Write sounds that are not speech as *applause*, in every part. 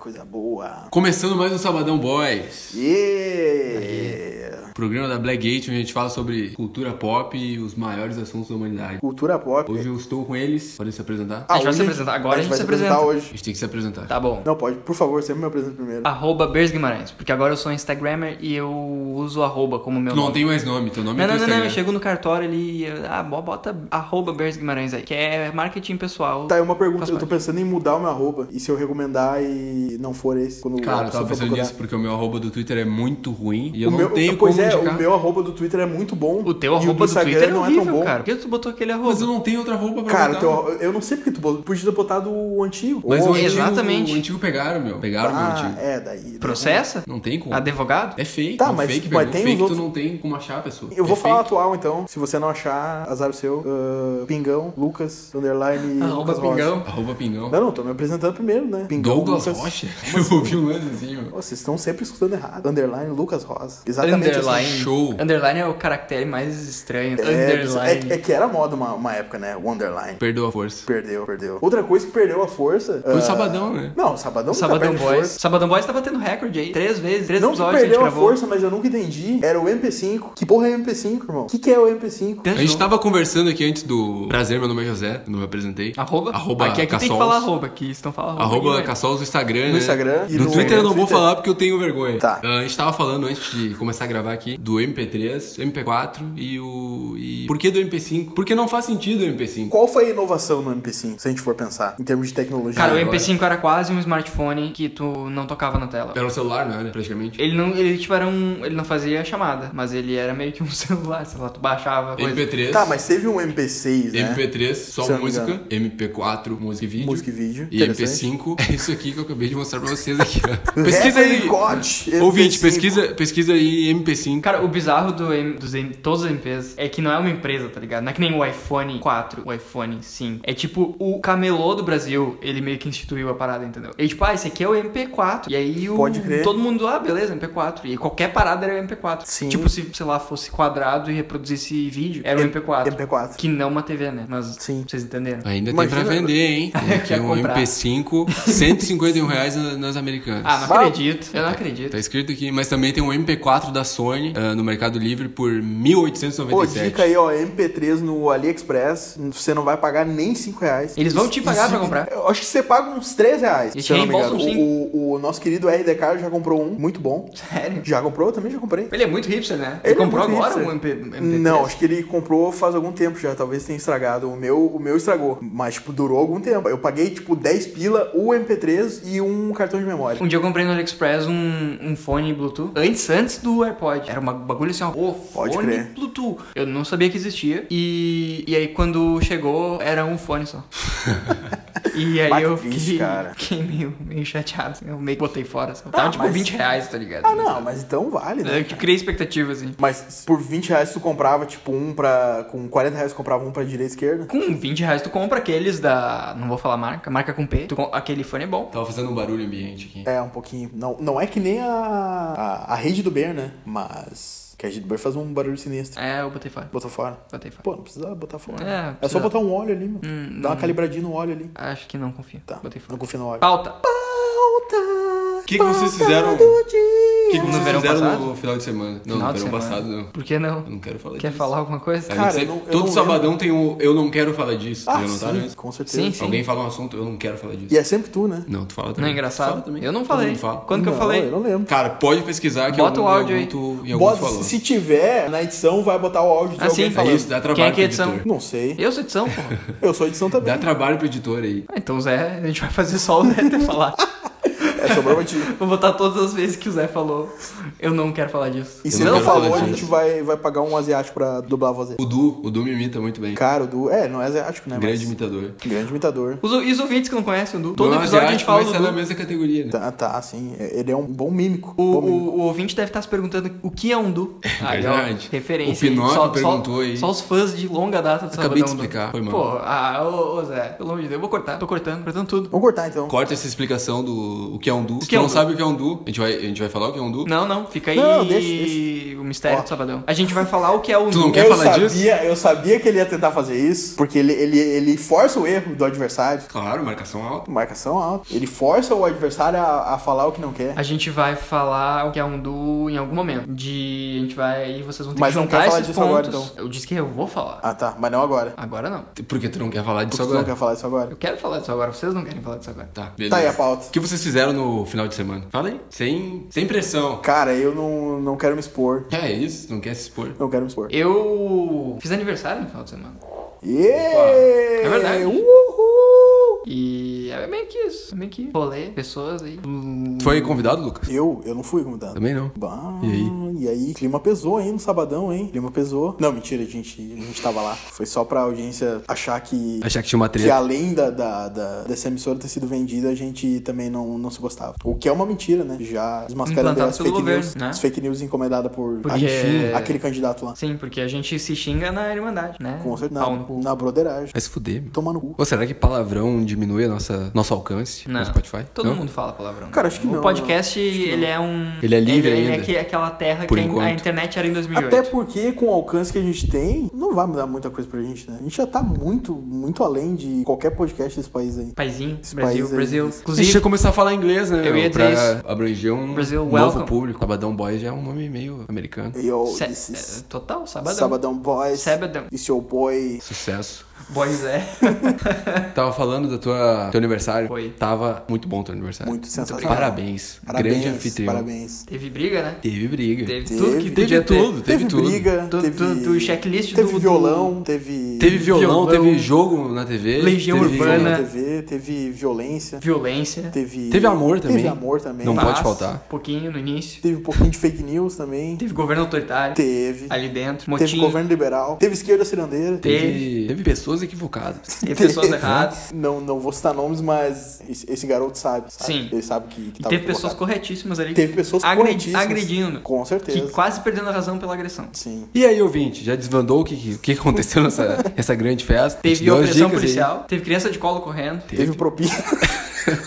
coisa boa. Começando mais um Sabadão Boys. Yeah! Programa da Blackgate, onde a gente fala sobre cultura pop e os maiores assuntos da humanidade. Cultura pop. Hoje eu estou com eles. Podem se apresentar? Ah, A gente vai hoje- se apresentar agora, a gente vai se apresentar A hoje. gente tem que se apresentar. Tá bom. Não, pode, por favor, sempre me apresenta primeiro. Arroba Bers Guimarães, porque agora eu sou Instagrammer e eu uso arroba como meu Tu não nome. tem mais nome, teu nome Não, é teu não, não, não, Instagram. eu chego no cartório ali e eu- ah, bo- bota arroba Bers Guimarães aí, que é marketing pessoal. Tá, é uma pergunta. Faz Eu tô pensando em mudar o meu arroba. E se eu recomendar e não for esse, quando a Cara, eu tava pessoa for pensando procurar. nisso porque o meu arroba do Twitter é muito ruim e eu o não meu, tenho pois como é, indicar. o meu arroba do Twitter é muito bom. O e teu do arroba do Instagram Twitter é não é tão horrível, bom. cara. Por que tu botou aquele arroba? Mas eu não tenho outra arroba pra Cara, o botar. teu arro- eu não sei porque tu botou- podia ter botado o antigo. tá Mas Ou- o antigo, Exatamente. o antigo pegaram, meu. Pegaram o meu Ah, antigo. é, daí. Processa? Não tem como. Advogado? É fake, Tá, é um mas- fake, mas pegou. tem os fake tu outros- não tem como achar a pessoa. Eu É vou fake. falar atual então. Se você não achar, azar o seu. Ah, Pingão, Lucas, underline. Arroba Lucas Rocha. Pingão. Arroba Pingão. Não, não, tô me apresentando primeiro, né? Pingão, Douglas Lucas- Rocha? *laughs* Eu ouvi um lance assim, meu. Nossa, vocês estão sempre escutando errado. Underline Lucas Rosa. Exatamente Underline. Show. Underline é o caractere mais estranho. assim. É, Underline. é, é que era moda uma, uma época, né? O underline. Perdoa a força. Perdeu, perdeu. Outra coisa que perdeu a força. Foi ah, o Sabadão, né? Não, o Sabadão nunca Sabadão perde Boys. um força. Sabadão Boys tá batendo recorde aí. Três vezes, três Não que episódios que a gente perdeu a gravou. força, mas eu nunca entendi. Era o MP5. Que porra é MP5, irmão? O que, que é o MP5? Tem- A gente tava conversando aqui antes do. Prazer, meu nome é José, não me apresentei. Arroba? Arroba Aqui é que tem que Cassols. falar arroba, que estão falando arroba. Arroba aqui, né? Caçols no Instagram. No né? Instagram e No, no Twitter eu não vou Twitter. falar porque eu tenho vergonha. Tá. Ah, a gente tava falando antes de começar a gravar aqui do MP3, MP4 e o. E... Por que do MP5? Porque não faz sentido o MP5. Qual foi a inovação no MP5, se a gente for pensar, em termos de tecnologia? Cara, o Agora. MP5 era quase um smartphone que tu não tocava na tela. Era um celular, não era? Praticamente. Ele não, ele, tipo, era um, ele não fazia chamada, mas ele era meio que um *laughs* celular, sei lá, tu baixava a coisa. MP3. Tá, mas teve um MP6, né? MP3, só Se eu não me música. engano. MP4, música e vídeo. Música e vídeo. E Interessante. é MP5 *laughs* é isso aqui que eu acabei de mostrar pra vocês aqui, *laughs* ó. Pesquisa Pesquisa aí. God, Ouvinte, MP5. pesquisa, pesquisa aí MP5. Cara, o bizarro do M, dos M, todos os MPs é que não é uma empresa, tá ligado? Não é que nem o iPhone 4, o iPhone 5. É tipo, o camelô do Brasil, ele meio que instituiu a parada, entendeu? E tipo, ah, esse aqui é o MP4. E aí o, Pode crer. todo mundo, ah, beleza, MP4. E qualquer parada era MP4. Sim. Tipo, se, sei lá, fosse quadrado e reproduzisse vídeo, era o M- MP4. MP4. Que não uma TV, né? Mas Sim. vocês entenderam. Ainda Imagina- tem pra vender, *laughs* hein? Tem aqui Quer um comprar. MP5, 151 reais na- nas americanas. Ah, não Bah. acredito. Eu não acredito. Tá escrito aqui, mas também tem um MP4 da Sony ah, no Mercado Livre por Pô, dica 1897. aí, ó, MP3 no AliExpress, você não vai pagar nem 5 reais. Eles vão te pagar E pra se- comprar. Eu acho que você paga uns 3 reais, Eles se eu não me engano. reembolsam cinco. O, o, o nosso querido RDK já comprou um, muito bom. Sério? Já comprou? Eu também já comprei. Ele é muito hipster, né? Ele Ele, é comprou muito agora hipster. um MP, MP3? Não, acho que ele comprou faz algum tempo já, talvez tenha estragado. O meu, o meu estragou, mas tipo, durou algum tempo. Eu paguei tipo 10 pila, o MP3 e um cartão de memória. Um dia eu comprei no AliExpress um, um fone Bluetooth. Antes, antes do AirPod. Era uma bagulho assim, ó. Ô, Pode fone crer. Bluetooth. Eu não sabia que existia. E, e aí quando chegou, era um *laughs* fone só. E aí Bah, que eu triste, fiquei, cara. fiquei meio, meio chateado. assim, Eu meio que botei fora. Só. Ah, Tava tipo mas- 20 reais, tá ligado? Ah, não, mas então vale, né? Eu criei expectativa, assim. Mas por 20 reais tu comprava, tipo, um pra. Com 40 reais tu comprava um pra direita e esquerda. Com 20 reais tu compra aqueles da... Não vou falar marca. Marca com P. Tu com- Aquele fone é bom. Tava fazendo um barulho ambiente aqui. É, um pouquinho. Não, não é que nem a, a, a rede do Ber, né? Mas. Que a rede do Ber faz um barulho sinistro. É, eu botei fora. Botou fora. Botei fora. Pô, não precisa botar fora. É, É, só precisa. botar um óleo ali, mano. Hum, Dá uma calibradinha no óleo ali. Acho que não confio. Tá. Botei Não fora. Ah! confia no óleo. Pauta. Pauta! Que que vocês pauta fizeram? do O que, dia. que No vocês verão fizeram passado? no final de semana? Não, Final no de verão semana. passado não. Por que não? Eu não quero falar Quer disso. falar alguma coisa? A Cara, gente sempre- eu não- eu todo não sabadão tem um Eu não quero falar disso. Ah, já notaram sim, isso? com certeza. Sim, sim. Alguém fala um assunto, eu não quero falar disso. E é sempre tu, né? Não, tu fala também. Não é Fala engraçado? também. Eu não Todo falei. mundo fala. Quando que eu Não, falei? Eu não lembro. Cara, pode pesquisar que Bota em o áudio algum aí. tu- em algum tu Bota- falou. se tiver na edição, vai botar o áudio de Ah, alguém É sim. falando. isso, dá trabalho Quem é que pro é editor. edição? Não sei. Eu sou edição, *laughs* pô. Eu sou edição também. Dá trabalho pro editor aí. Ah, então, Zé, a gente vai fazer só o Zé ter falado. É, *laughs* sobrou pra ti. Vou botar todas as vezes que o Zé falou. Eu não quero falar disso. E se Eu ele não não quero falar falou, a disso. gente vai, vai pagar um asiático pra dublar você. O Du, o Du me imita muito bem. Caro do. É, não é asiático, né? Grande mas... imitador. Grande imitador. Os, e os ouvintes que não conhecem o Du? Todo Não é episódio a gente asiático, fala mas do tá na Du. mesma categoria, né? Tá, tá, sim. É, Ele é um bom mímico. O, bom mímico. o, o ouvinte deve estar se perguntando o que é um Du. Aí, ó, verdade. referência. O Pinóquio Só- só- perguntou aí. Só os fãs de longa data um do Acabei de Sabadão Du. explicar, foi mal. Pô, ah, ô, ô Zé, pelo amor de Deus, eu vou cortar. Tô cortando, cortando tudo. Vamos cortar então. Corta essa explicação do o que é um duo. Se tu que é não um duo? sabe o que é um duo, a gente vai, a gente vai falar o que é um duo. Não, não, fica aí Não, não, deixa, deixa. o mistério Ó. do sabadão. A gente vai falar o que é o Tu nu. não quer eu falar sabia, disso? Eu sabia que ele ia tentar fazer isso, porque ele, ele, ele força o erro do adversário. Claro, marcação alta. Marcação alta. Ele força o adversário a, a falar o que não quer. A gente vai falar o que é um duo em algum momento. De. A gente vai. E vocês vão ter Mas que não juntar quer falar esses disso agora, então. pontos. Eu disse que eu vou falar. Ah, tá. Mas não agora. Agora não. Porque tu não quer falar disso Porque tu não agora. quer falar isso agora. Eu quero falar disso agora, vocês não querem falar disso agora. Tá, beleza. Tá aí a pauta. O que vocês fizeram no final de semana? Fala aí. Sem, sem pressão. Cara, eu não, não quero me expor. É isso, não quer se expor. Não quero me expor. Eu fiz aniversário no final de semana. Yeah! É verdade. Uhul! E é meio que isso. É meio que rolê, pessoas aí. Tu foi convidado, Lucas? Eu, eu não fui convidado. Também não. Bah, E aí? E aí, clima pesou, hein, no sabadão, hein? Clima pesou. Não, mentira, a gente, a gente tava lá. Foi só pra audiência achar que. Achar que tinha uma Que treta. além da, da, da- dessa emissora ter sido vendida, a gente também não, não se gostava. O que é uma mentira, né? Já desmascarando Implantado as pelo fake governo, news. né? As fake news encomendadas por Porque- né? Enfim, aquele candidato lá. Sim, porque a gente se xinga na Irmandade, né? Com certeza. Pau no Na, cu. na broderagem. Vai se fuder, meu. Tomar no cu. Ou será que palavrão diminui a nossa, nosso alcance Não. no Spotify? Todo Não? mundo fala palavrão. Cara, acho que o não, podcast, ele é um. Ele é livre ele ainda. É que- aquela terra Por que a- a enquanto. internet era em 2008. Até porque com o alcance que a gente tem, não vai mudar muita coisa pra gente, né? A gente já tá muito, muito além de qualquer podcast desse país aí. Paizinho, Esse Brasil, país aí. Brasil. A gente Inclusive, ia começar a falar inglês, né? Eu meu? ia dizer pra isso. abranger um Brasil, novo welcome. público. Sabadão Boys já é um nome meio americano. Yo, se- this is é, total, sabadão. Sabadão Boys. Sabadão. It's your boy. Sucesso. Boys é. Tava falando do tua, teu aniversário. Foi. Tava muito bom teu aniversário. Muito sensacional. Parabéns. Parabéns, Grande anfitrião. Parabéns. Teve briga, né? Teve briga. Teve, Teve. tudo que Teve podia ter. tudo. Teve briga, Do- teve... do- do checklist teve do- do- violão, teve... Teve violão, Violão. teve jogo na TV. Legião teve- Urbana. na TV, teve violência, Violência. teve... Teve amor também. Teve amor também. Não paz, pode faltar. Um pouquinho no início. Teve um pouquinho de fake news também. Teve governo autoritário. Teve. Ali dentro. Teve Motinho. governo liberal. Teve esquerda cirandeira. Teve, teve pessoas equivocadas. Teve pessoas erradas. Não, não vou citar nomes, mas esse, esse garoto sabe, sabe? Sim. Ele sabe que, que E tava teve pessoas equivocado. corretíssimas ali. Teve pessoas agredi- corretíssimas. Agredindo. Com certeza. Que quase perdendo a razão pela agressão. Sim. E aí, ouvinte, já desvandou o que, que- o que aconteceu *laughs* nessa essa grande festa? Te Teve deu as opressão dicas aí. policial. Teve criança de colo correndo. Teve, propina. *laughs*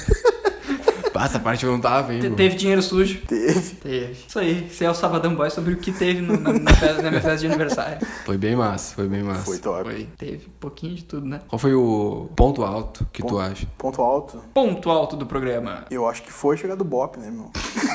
Ah, Essa parte eu não tava, hein? Te- meu? Teve dinheiro sujo. teve. Teve. Isso aí. Isso aí é o Sabadão Boy sobre o que teve no- na, na festa- na minha festa de aniversário. Foi bem massa, foi bem massa. Foi top. Foi. Teve um pouquinho de tudo, né? Qual foi o ponto alto que tu acha? Ponto alto. Ponto alto do programa. Eu acho que foi a chegada do Bop, né, meu? *laughs*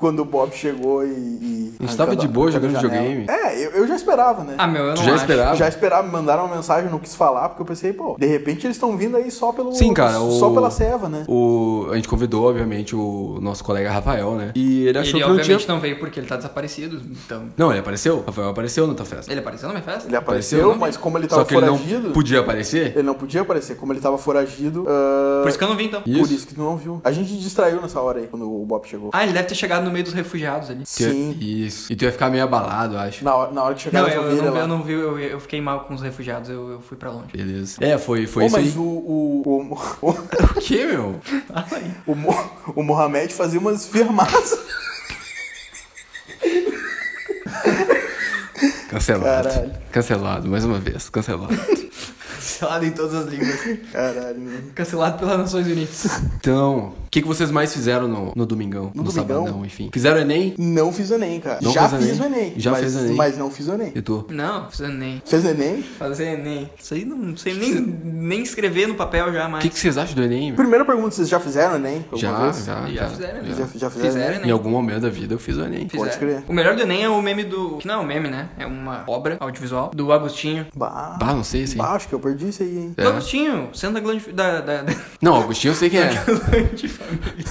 Quando o Bob chegou e. e A gente tava de boa jogando arrancando a janela. videogame. É, eu, eu já esperava, né? Ah, meu, eu Tu não já acho. esperava? Já esperava, me mandaram uma mensagem, eu não quis falar, porque eu pensei, pô, de repente eles estão vindo aí só pelo. Sim, cara, o- Só pela ceva, né? O, a gente convidou, obviamente, o nosso colega Rafael, né? E ele achou que Ele não tinha. obviamente não veio porque ele tá desaparecido, então... Não, ele apareceu. Rafael apareceu na tua festa. Ele apareceu na minha festa? Ele é apareceu, Apareceu, né? mas como ele tava Só que ele não foragido. podia aparecer. ele não podia aparecer, como ele tava foragido. ah, Por isso que eu não vim, então. Isso. Por isso que tu não viu. A gente distraiu nessa hora aí, quando o Bob chegou. Ah, ele deve ter chegado no meio dos refugiados ali. Tu ia- Sim. Isso. E tu ia ficar meio abalado, eu acho. Na hora, na hora que chegaram Não, as eu, eu não, ovelhas vi- eu lá. não vi, eu, eu fiquei mal com os refugiados, eu, eu fui *laughs* pra longe. Beleza. É, foi, foi Pô, isso mas aí. o, o, o, *laughs* o, O que, meu? o, Mo- o Mohamed fazia umas firmaças. Cancelado. Caralho. Cancelado, mais uma vez, cancelado. Cancelado em todas as línguas. Caralho, mano. Cancelado pelas Nações Unidas. *laughs* Então, o que, que vocês mais fizeram no, no domingão? No No, domingão? sabadão, enfim. Fizeram Enem? Não fiz o Enem, cara. Não Já fez fiz o Enem. Enem. Já mas, fez o Enem. Mas não fiz o Enem. E tu? Não, fazendo nem. Fez o Enem? Fazer nem. Isso aí não, não sei nem, nem escrever no papel já O mais. que, que vocês acham do Enem? meu? Primeira pergunta, vocês já fizeram o Enem? alguma Já, vez? tá? já, Já fizeram, Já, já fizeram? Fizeram, Enem? né? Em algum momento da vida eu fiz o Enem. Pode Fizeram. crer. O melhor do Enem é o meme do. Que não é um meme, né? É uma obra audiovisual do Agostinho. Bah, Bah, não sei, assim. bah, acho que eu perdi isso aí, hein? É. Do Agostinho, sendo da grande. Da, da, da Não, Agostinho eu sei quem é. grande família. *laughs*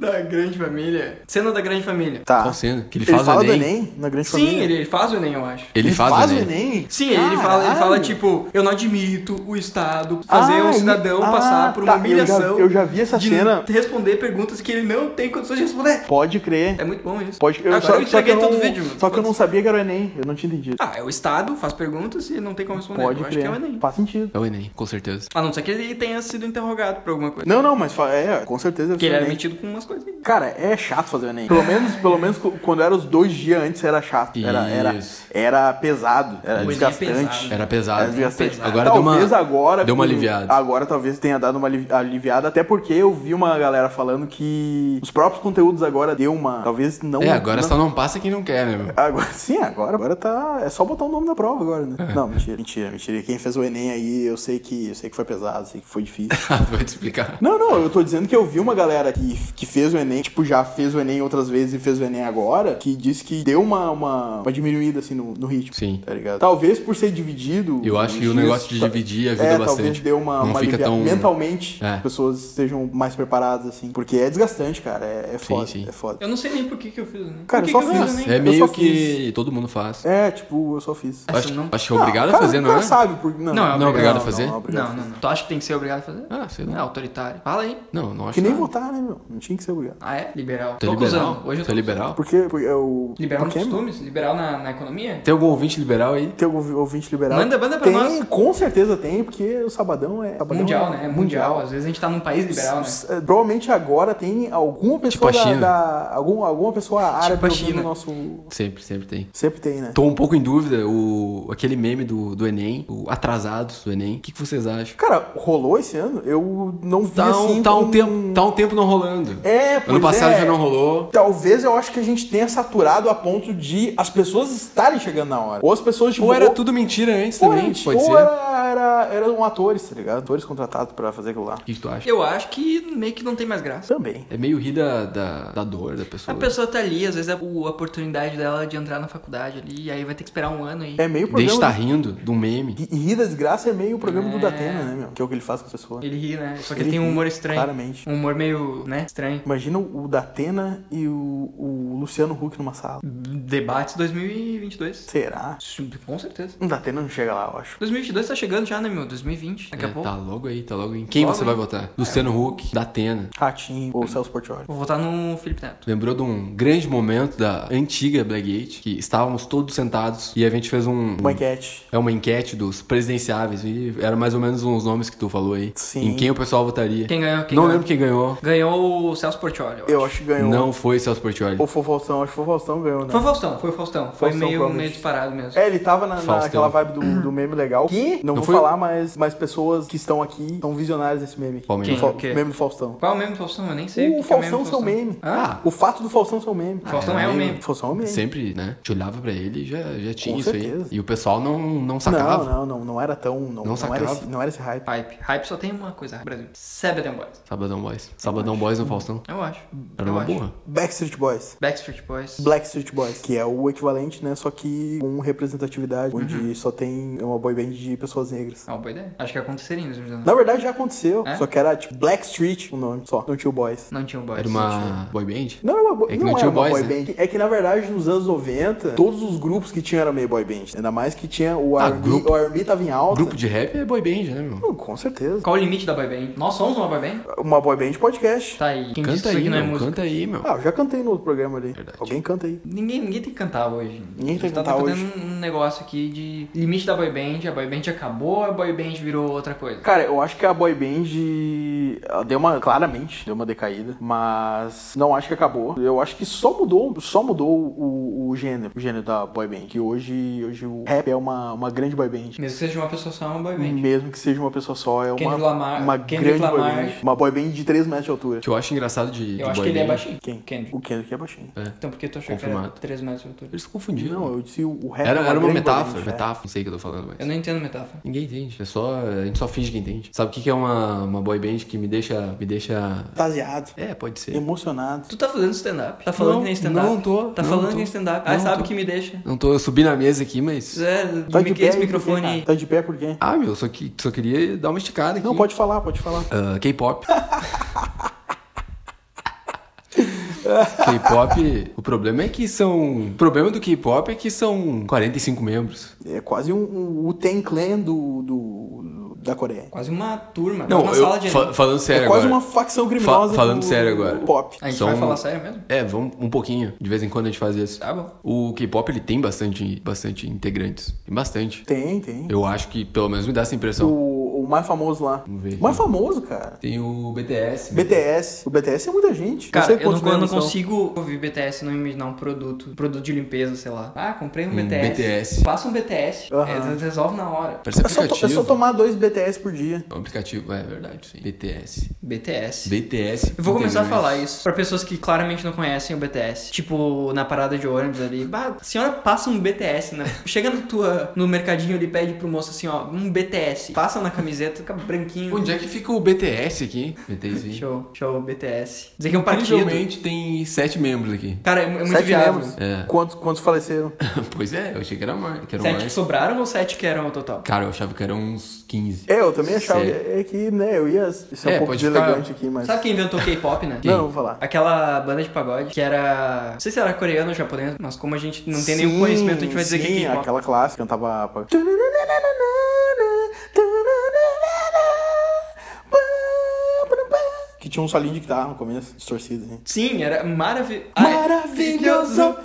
Da grande família. Cena da grande família. Tá. Qual cena? Que ele Ele faz o fala do Enem. Enem na grande Sim, família? ele, ele faz o Enem, eu acho. Ele faz, o Enem. o Enem? Sim, ele fala, ele fala Caralho. tipo, eu não admito o Estado fazer um Ah, cidadão ah, passar por uma tá, eu já- humilhação Eu já, vi essa de cena. responder perguntas que ele não tem condições de responder. Pode crer. É muito bom isso. Pode, eu Agora só, eu só que entreguei eu todo não, o vídeo. mano. Só que eu não sabia que era o Enem, eu não tinha entendido. Ah, é o Estado, faz perguntas e não tem como responder. Pode eu acho crer. que é o Enem. Faz sentido. É o Enem, com certeza. A não ser que ele tenha sido interrogado por alguma coisa. Não, não, mas fa- é, com certeza. Porque ele foi o era Enem. metido com umas coisinhas. Cara, é chato fazer o Enem. Pelo menos, pelo menos cu- quando era os dois dias antes era chato. Era, era, Isso. era pesado, era O Enem é pesado, desgastante. né? Era Era pesado. desgastante. Agora deu uma, talvez agora. deu uma com- aliviada. Agora talvez tenha dado uma alivi- aliviada. Até porque eu vi uma galera falando que os próprios conteúdos agora deu uma. Talvez não. É, agora não, só não passa quem não quer, né, meu? *laughs* Agora, *laughs* sim, agora, agora tá. É só botar o nome na prova agora, né? É. Não, mentira, mentira, mentira. Quem fez o Enem aí, eu sei que eu sei que foi pesado, sei que foi difícil. Ah, Vou te explicar. Não, não, eu tô dizendo que eu vi uma galera que, que fez o Enem, tipo, já fez o Enem outras vezes e fez o Enem agora, que disse que deu uma, uma, uma diminuída, assim, no, no ritmo. Sim. Tá ligado? Talvez por ser dividido. Eu acho que o os negócio de dias, ta- dividir ajuda É, talvez bastante. deu uma, Não uma fica alivia- tão- Mentalmente, É. as pessoas sejam mais preparadas, assim. Porque é desgastante, cara. É, é foda. sim. É foda. Eu não sei nem por que, que eu fiz, né? Cara, por que só que eu fiz. fiz, né? É Eu meio só que todo mundo faz. É, tipo, eu só fiz. Essa Acho, não. acho que é obrigado Ah, a o fazer, cara- não o é? cara sabe, porque... Não, Não, é não, não é obrigado a fazer? Não, é obrigado a Não, fazer. não, não. Tu acha que tem que ser obrigado a fazer? Ah, sei É lá. autoritário. Fala aí. Não, não acho Que nem nada. votar, né, meu? Não tinha que ser obrigado. Ah, é? Liberal. Tu é tô liberal? acusando. Hoje eu Tu tô é liberal? Porque, porque eu... Liberal nos porque, é meu, costumes? Liberal na, na economia? Tem algum ouvinte liberal aí? Tem algum ouvinte liberal? Manda, manda pra tem, nós. com certeza tem, porque o Sabadão é... Sabadão Mundial, é né? É Mundial. Às vezes a gente tá num país liberal, né? S- s- Provavelmente agora tem alguma pessoa Tipo a da- China. da- algum, alguma pessoa árabe Tipo a ouvindo China. o nosso... Sempre, sempre tem. Sempre tem, né? Tô um pouco em dúvida, o, aquele meme do, do Enem, o Atrasados do Enem. O que, que vocês acham? Cara, rolou esse ano? Eu não vi Tá, um- assim... tá, um com- tempo, tá um tempo não rolando. É, pois ano passado é. já não rolou. Talvez eu acho que a gente tenha saturado a ponto de as pessoas estarem chegando na hora. Ou as pessoas... tipo, Ou era tudo mentira antes ou- também, ou pode ser. Era, era, eram atores, tá ligado? Atores contratados pra fazer aquilo lá. O que, que tu acha? Eu acho que meio que não tem mais graça. Também. É meio rir da, da, da dor da pessoa. A pessoa tá ali, às vezes é o- a oportunidade dela de entrar na faculdade ali, e aí vai ter que esperar um ano aí. É meio Deixa problema estar rindo de um meme. E e rir da desgraça é meio o programa do Datena, né, meu? Que é o que ele faz com as pessoas. Ele ri, né? Só que Ele ele tem um humor ri, estranho. claramente. Um humor meio, né? Estranho. Imagina o Datena e o, o Luciano Huck numa sala. Debates 2022. Será? Sim, Com certeza. O Datena não chega lá, eu acho. 2022 tá chegando já, né, meu? 2020. Daqui a É, pouco. Tá logo aí, tá logo aí. Quem Logo você aí. vai votar? Luciano Huck, da Atena. Ratinho ou Celso Portiolli. Vou votar no Felipe Neto. Lembrou de um grande momento da antiga Blackgate, que estávamos todos sentados e a gente fez um. Banquete. É uma enquete dos presidenciáveis e era mais ou menos uns nomes que tu falou aí. Sim. Em quem o pessoal votaria. Quem ganhou? Quem Não ganhou? lembro quem ganhou. Ganhou o Celso Portiolli, eu Eu acho. acho que ganhou. Não foi Celso Portiolli. Ou foi o Faustão, acho que foi o Faustão que ganhou, né? Foi o Faustão, foi o Faustão. Foi Faustão, meio, provavelmente. meio disparado mesmo. É, ele tava na, Faustão. naquela vibe do, do meme legal. Que? Não, vou foi- falar, mas, mas pessoas que estão aqui são visionários desse meme. Qual meme? Do Fa- Quem? O quê? meme do Faustão. Qual é o meme do Faustão? Eu nem sei. O que que é meme do Faustão são meme. Ah, O fato do Faustão são meme. O Faustão é, é o meme. meme. O Faustão é um meme. sempre, né? Te olhava pra ele e já, já tinha Com isso certeza. aí. E o pessoal não, não Não, sacava. não, não, não era tão. Não, não, era, sacava. esse, não era esse hype. Hype. Hype só tem uma coisa, Brasil. Sebaden Boys. Sabadão Boys. Sabadão Boys no Faustão. Eu acho. Era eu uma acho. boa. Backstreet Boys. Backstreet Boys. Blackstreet Boys, que é o equivalente, né? Só que com representatividade, Uhum. onde só tem uma boy band de pessoas negras. Ah, uma boa ideia. Acho que aconteceria em 2019. Na verdade já aconteceu, É? só que era tipo Blackstreet o nome, só. Não tinha o Boys. Não tinha o Boys. Era uma boy band? Não era uma, bo É que não não era tinha o uma Boys, boy band. É que na verdade nos anos 90, todos os grupos que tinham eram meio boy band. Ainda mais que tinha o Ah, R&B, grupo. o R&B tava em alta. Grupo de rap é boy band, né, meu? Não, com certeza. Qual o limite da boy band? Nós somos uma boy band? Uma boy band podcast. Tá aí. Quem Canta disse isso aí, aqui não é meu. música? Canta aí, meu. Ah, eu já cantei no outro programa ali. Verdade. Alguém canta aí. Ninguém, ninguém tem que cantar hoje. Ninguém tem que A gente tá cantar fazendo um negócio aqui de limite da boy band. A boy band acabou, a boy band virou outra coisa. Cara, eu acho que a boy band ela deu uma claramente deu uma decaída, mas não acho que acabou. Eu acho que só mudou, só mudou o, o gênero, o gênero da boy band. Que hoje, hoje o rap é uma, uma grande boy band. Mesmo que seja uma pessoa só, é uma boy Uhum. band. Mesmo que seja uma pessoa só, é uma, Kendrick Lamar- uma Kendrick grande boy Lamar. band. Uma boy band de 3 metros de altura. O que eu acho engraçado de, de Eu acho boy que ele é band- baixinho. Quem? Kendrick. O Kendrick é baixinho. É. Então por que tu achou que era Confirmado. 3 metros de altura? Eles se confundiram. Não, eu disse o rap é Era, era uma grande boy band, metáfora, é. metáfora, não sei o que eu tô falando, mas. Eu não entendo metáfora. Ninguém entende. É só. A gente só finge que entende. Sabe o que, que é uma, uma boy band que me deixa. Me deixa. Extasiado, É, pode ser. emocionado. Tu tá fazendo stand-up. Tá falando Não, que nem stand-up. não tô, Tá não falando tô. que nem stand-up. Ah, Não sabe tô. que me deixa. Não tô. Eu subi na mesa aqui, mas. É, Tá me de pé esse aí, por microfone quê, cara? aí. Tá de pé por quê? Ah, meu, só, que, só queria dar uma esticada aqui. Não, pode falar, pode falar. Ah, *laughs* K-pop. K-pop, o problema é que são. O problema do K-pop é que são 45 membros. É quase um, um Uten Clan do, do- da Coreia. Quase uma turma. Não, uma eu, sala de anime. fa- falando sério é quase agora. uma facção criminosa. Fa- falando do- sério agora. do Pop. A gente são- vai falar sério mesmo? É, vamos um pouquinho. De vez em quando a gente faz isso. Tá bom. O K-pop ele tem bastante, bastante integrantes. Tem bastante. Tem, tem. Eu acho que pelo menos me dá essa impressão. O, o mais famoso lá. Vamos ver aqui. O mais famoso, cara. Tem o BTS. BTS. O BTS é muita gente. Cara, eu quantos não, eu não membros são. consigo ouvir BTS e não imaginar um produto. Produto de limpeza, sei lá. Ah, comprei um Hum, BTS. BTS. Passa um BTS. Aham. É, resolve na hora. É Parece só, to- é aplicativo. só tomar dois BTS por dia. É um aplicativo, é verdade, sim. BTS. BTS. BTS. Eu vou começar a BTS. falar isso pra pessoas que claramente não conhecem o BTS. Tipo, na parada de ônibus ali. Bah, a senhora passa um BTS, *laughs* né? Chega no, tua, no mercadinho ali, pede pro moço assim, ó, um BTS. Passa na camiseta, fica branquinho. Onde é que fica o BTS aqui? BTS. Show, show, BTS. Dizer que é um partido. Incrivelmente tem sete membros aqui. *laughs* Cara, é, mu- é muito Sete né? viável. membros. É. Quantos, quantos *laughs* faleceram? pois é, eu achei que era mais. Que eram Sete que mais. sobraram ou sete que eram ao total? Cara, eu achava que eram uns 15. É, eu também achava. Sério. É que, né, eu ia ser um É, pouco pode ficar- deselegante aqui, mas. Sabe quem inventou K-pop, né? *laughs* Não, não vou falar. Aquela banda de pagode que era. Não sei se era coreano ou japonês, mas como a gente não tem nenhum Sim, conhecimento, a gente vai dizer sim, que é K-pop. aquela clássica, cantava. Que tinha um solinho de guitarra no começo, distorcido, assim. Sim, era maravilhoso. Maravilhoso!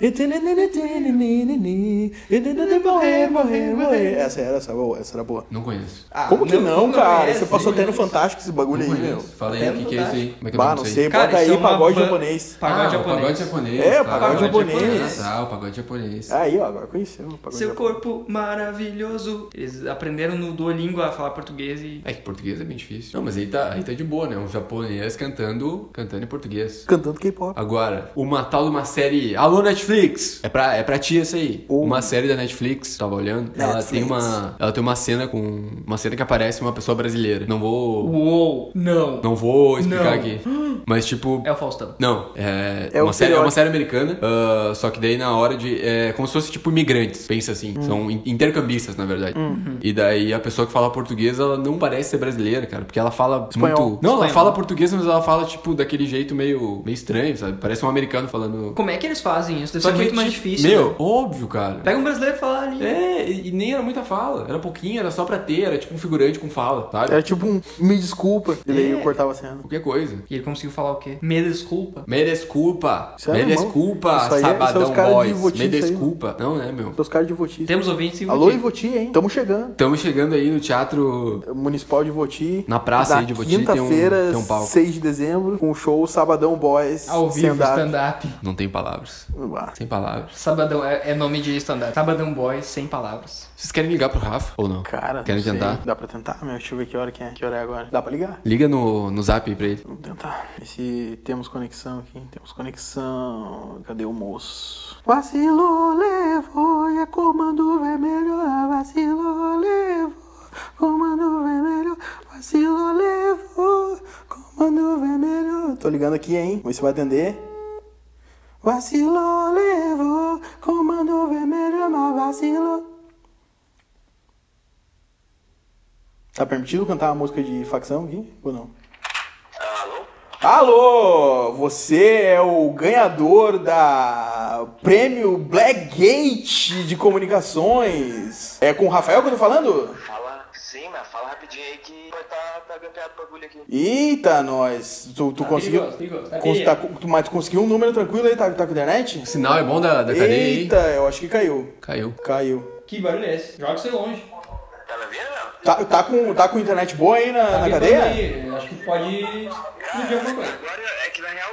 Morrer, morrer, morrer. Essa era, essa era boa, essa era boa. Não conheço. Como que Ah, não, é assim, né? cara? conhece, Você passou Ah, não é assim, né? até no conhece. Fantástico esse bagulho Não aí, né? meu. conheço. Fala aí, Até o que, no que é isso aí? Como é que é o Bah, nome não disso aí? sei, Cara, bota isso aí é uma pagode ban- japonês. Pagode Ah, o japonês. Pagode japonês. É, tá, pagode japonês. Ah, o pagode japonês. Aí, ó, agora conheceu. o pagode Seu japonês. corpo maravilhoso. Eles aprenderam no Duolingo a falar português e. É que português é bem difícil. Não, mas aí tá, aí tá de boa, né? Um japonês cantando, cantando em português. Cantando K-pop. Agora, uma tal de uma série. Alô, Netflix! É pra, é pra ti essa aí. Oh. Uma série da Netflix, tava olhando. Ela Netflix. tem uma. Ela tem uma cena com. Uma cena que aparece uma pessoa brasileira. Não vou. Uou! Não! Não vou explicar Não. aqui. Mas tipo. É o Faustão. Não, é, É o uma, série, é estereótipo. uma série americana, ah, só que daí na hora de. É como se fosse tipo imigrantes, pensa assim. Hum. São in- intercambistas, na verdade. Uhum. E daí a pessoa que fala português, ela não parece ser brasileira, cara, porque ela fala Espanhol. muito. Não, ela Espanhol. fala português, mas ela fala tipo daquele jeito meio, meio estranho, sabe? Parece um americano falando. Como é que eles fazem isso? Deve Só ser que, muito mais tipo, difícil. Meu, né? óbvio, cara. Pega um brasileiro e fala ali. É, e e nem era muita fala. Era pouquinho, era só pra ter, era tipo um figurante com fala, sabe? Era tipo um me desculpa. E É. daí eu cortava a cena. Qualquer coisa. E ele conseguiu falar o quê? Me desculpa. Me desculpa, Isso é me alemão. desculpa, Isso aí é- isso é os Sabadão caras de Boys, Votinho, me isso aí, desculpa. Não, né, meu? Os caras de Voti. Temos ouvintes em Alô, Votinho. Ivoti, hein? Tamo chegando. Estamos chegando aí no teatro. Municipal de Voti. Na praça na aí de Voti tem um- Quinta-feira, tem um palco. 6 de dezembro, com o show Sabadão Boys. Ao vivo, stand-up. stand-up. Não tem palavras. Ah, Sem palavras. Sabadão é, é nome de stand-up. Sabadão Boy, sem palavras. Vocês querem ligar pro Rafa ou não? Cara, Querem não sei. tentar? Dá pra tentar, meu? Deixa eu ver que hora que é. Que hora é agora? Dá pra ligar? Liga no, no zap aí pra ele. Vamos tentar. Ver se temos conexão aqui. Temos conexão. Cadê o moço? Vacilou, levou. E é comando vermelho. Ah, Vacilou, levou. Comando vermelho. Vacilou, levou. Comando vermelho. Tô ligando aqui, hein? Vamos ver se vai atender. Vacilou, levou. Comando vermelho, mas vacilou. Tá permitido cantar uma música de facção aqui? Ou não? Alô, você é o ganhador da prêmio Blackgate de comunicações. É com o Rafael que eu tô falando? Fala, sim, mas fala rapidinho aí que vai tá, tá grampeado o bagulho aqui. Eita, nós. Tu, tu conseguiu. perigoso, perigoso. Tá cons- tá- tu- mas tu conseguiu um número tranquilo aí? Tá, tá com internet? O sinal é bom da, da cadeia aí. Eita, eu acho que caiu. Caiu. Caiu. Que barulho é esse? Joga isso aí longe. Tá me vendo, meu? Tá, tá com, tá com internet boa aí Tá na, na cadeia? Acho que pode explodir alguma coisa. Agora é que na real